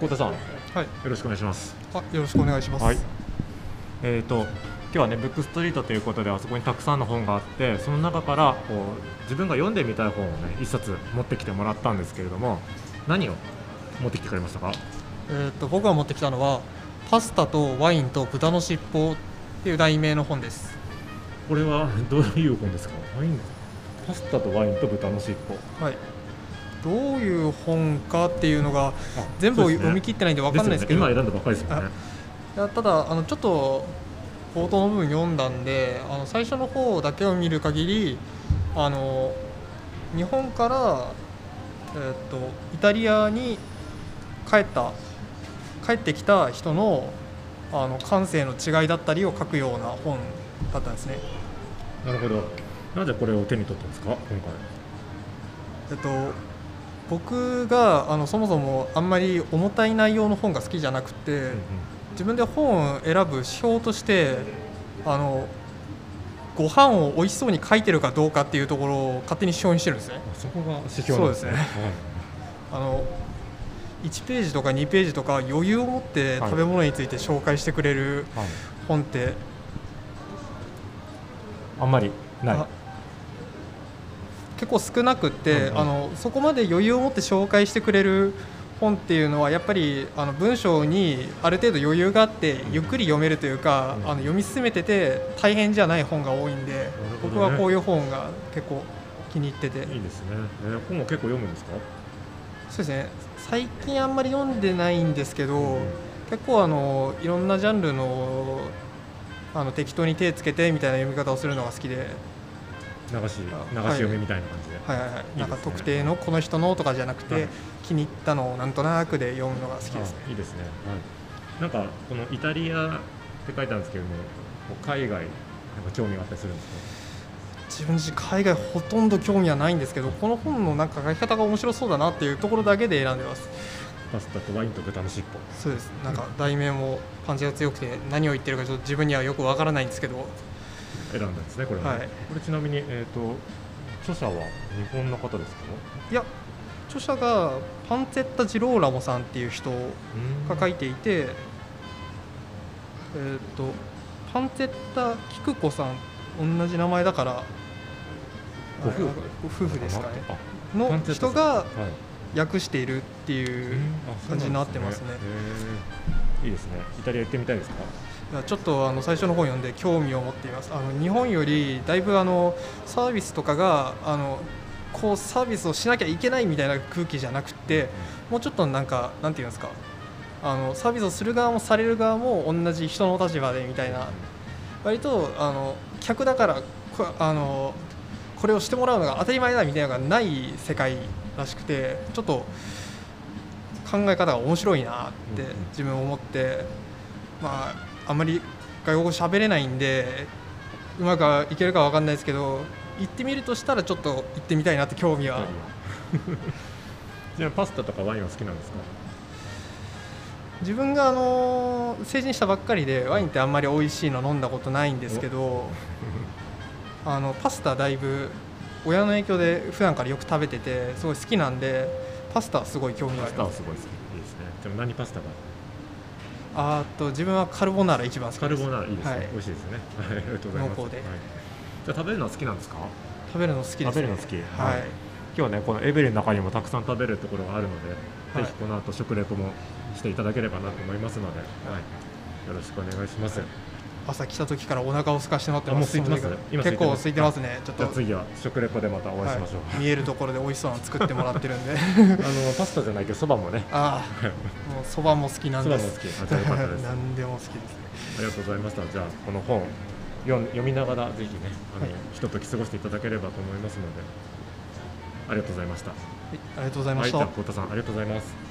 小田さん、よはい、ろしくお願いします。あよろしくお願いします。はい。えっ、と今日はねブックストリートということであそこにたくさんの本があってその中からこう自分が読んでみたい本をね一冊持ってきてもらったんですけれども何を持ってきてくれましたか。えーっと僕が持ってきたのはパスタとワインと豚の尻尾っていう題名の本です。これはどういう本ですか。ワインパスタとワインと豚の尻尾。はい。どういう本かっていうのが全部を読み切ってないんでわかんないですけど、ね、今選んだばっかりですもんね。いやただあのちょっと冒頭の部分読んだんであの最初の方だけを見る限りあの日本から、えーっとイタリアに帰った帰ってきた人のあの感性の違いだったりを書くような本だったんですね。なるほど。なぜこれを手に取ったんですか今回。えっと僕があのそもそもあんまり重たい内容の本が好きじゃなくて、自分で本を選ぶ指標としてあのご飯を美味しそうに書いてるかどうかっていうところを勝手に指標にしてるんですねあそこが指標なんですね。そうですはいあの1ページとか2ページとか余裕を持ってはい食べ物について紹介してくれるはい本って、あんまりない。あ結構少なくっうんて、うんあのそこまで余裕を持って紹介してくれる本っていうのはやっぱりあの文章にある程度余裕があってゆっくり読めるというか、うんあの読み進めてて大変じゃない本が多いんで、ほどね僕はこういう本が結構気に入ってていいですね。えー本を結構読むんですか。そうですね最近あんまり読んでないんですけど、うん結構あのいろんなジャンルのあの適当に手つけてみたいな読み方をするのが好きで。流しあ流し読みみたいな感じで。はいはいはいいいですねなんか特定のこの人のとかじゃなくて、はい気に入ったのをなんとなくで読むのが好きですねあいいですね。はい。なんかこのイタリアって書いてあるんですけども、こう海外なんか興味があったりするんです自分自身海外ほとんど興味はないんですけどこの本のなんか書き方が面白そうだなっていうところだけで選んでますか。パスタとワインと豚の尻そうですなんか題名もパンチが強くて何を言ってるかちょっと自分にはよくわからないんですけど尾選んだんですね。これはね、はいこれちなみにえっ、と著者は日本の方ですか。いや著者がパンツェッタ・ジローラモさんっていう人が書いていて、えーっとパンツェッタ・キクコさん同じ名前だからご夫婦あご夫婦ですかねあパのンツェッタ人さんがはい。訳しているっていう感じになってますねへーいいですね。イタリア行ってみたいですか。いやちょっとあの最初の本読んで興味を持っていますあの日本よりだいぶあのサービスとかがあのこうサービスをしなきゃいけないみたいな空気じゃなくてもうちょっとなんかなんていうんですかあのサービスをする側もされる側も同じ人の立場でみたいな割とあの客だからこあのこれをしてもらうのが当たり前だみたいなのがない世界らしくてちょっと考え方が面白いなってうんうん自分思って、まあ、あんまり外国語喋れないんでうまくいけるかわかんないですけど行ってみるとしたらちょっと行ってみたいなって興味は、 じゃあパスタとかワインは好きなんですか。自分があの成人したばっかりでワインってあんまり美味しいの飲んだことないんですけどあのパスタだいぶ親の影響で普段からよく食べててすごい好きなんでパスタはすごい興味パがスありタまはすすごい好き。いいですね。でも何パスタが。あーっと自分はカルボナーラ一番好きカでルすボナーラいいですね。はい美味しいですね。はい、ありがとうございます。濃厚ではいじゃあ食べるのは好きなんですか。食べるの好きです、ね、食べるの好きはい、はい今日はねこのエベレンの中にもたくさん食べるところがあるので、はいぜひこの後食レポもしていただければなと思いますので、はい、よろしくお願いします。朝来た時からお腹を空かしてもらってあもまうす空いてますその時今結構空空いいててまますすねちょっじとゃあ次は食レポでまたお会いしましょう。はい見えるところで美味しそうなの作ってもらってるん であのパスタじゃないけどそばもね。ああもうそばも好きなんそでばもす好き。あ、じゃあよかったです。 何でも好きですねありがとうございました。じゃあこの本読ん読みながらぜひね、あの、はいひととき過ごしていただければと思いますので、ありがとうございました。はいありがとうございまはしい、じた、ゃあ、太田さん、ありがとうございます。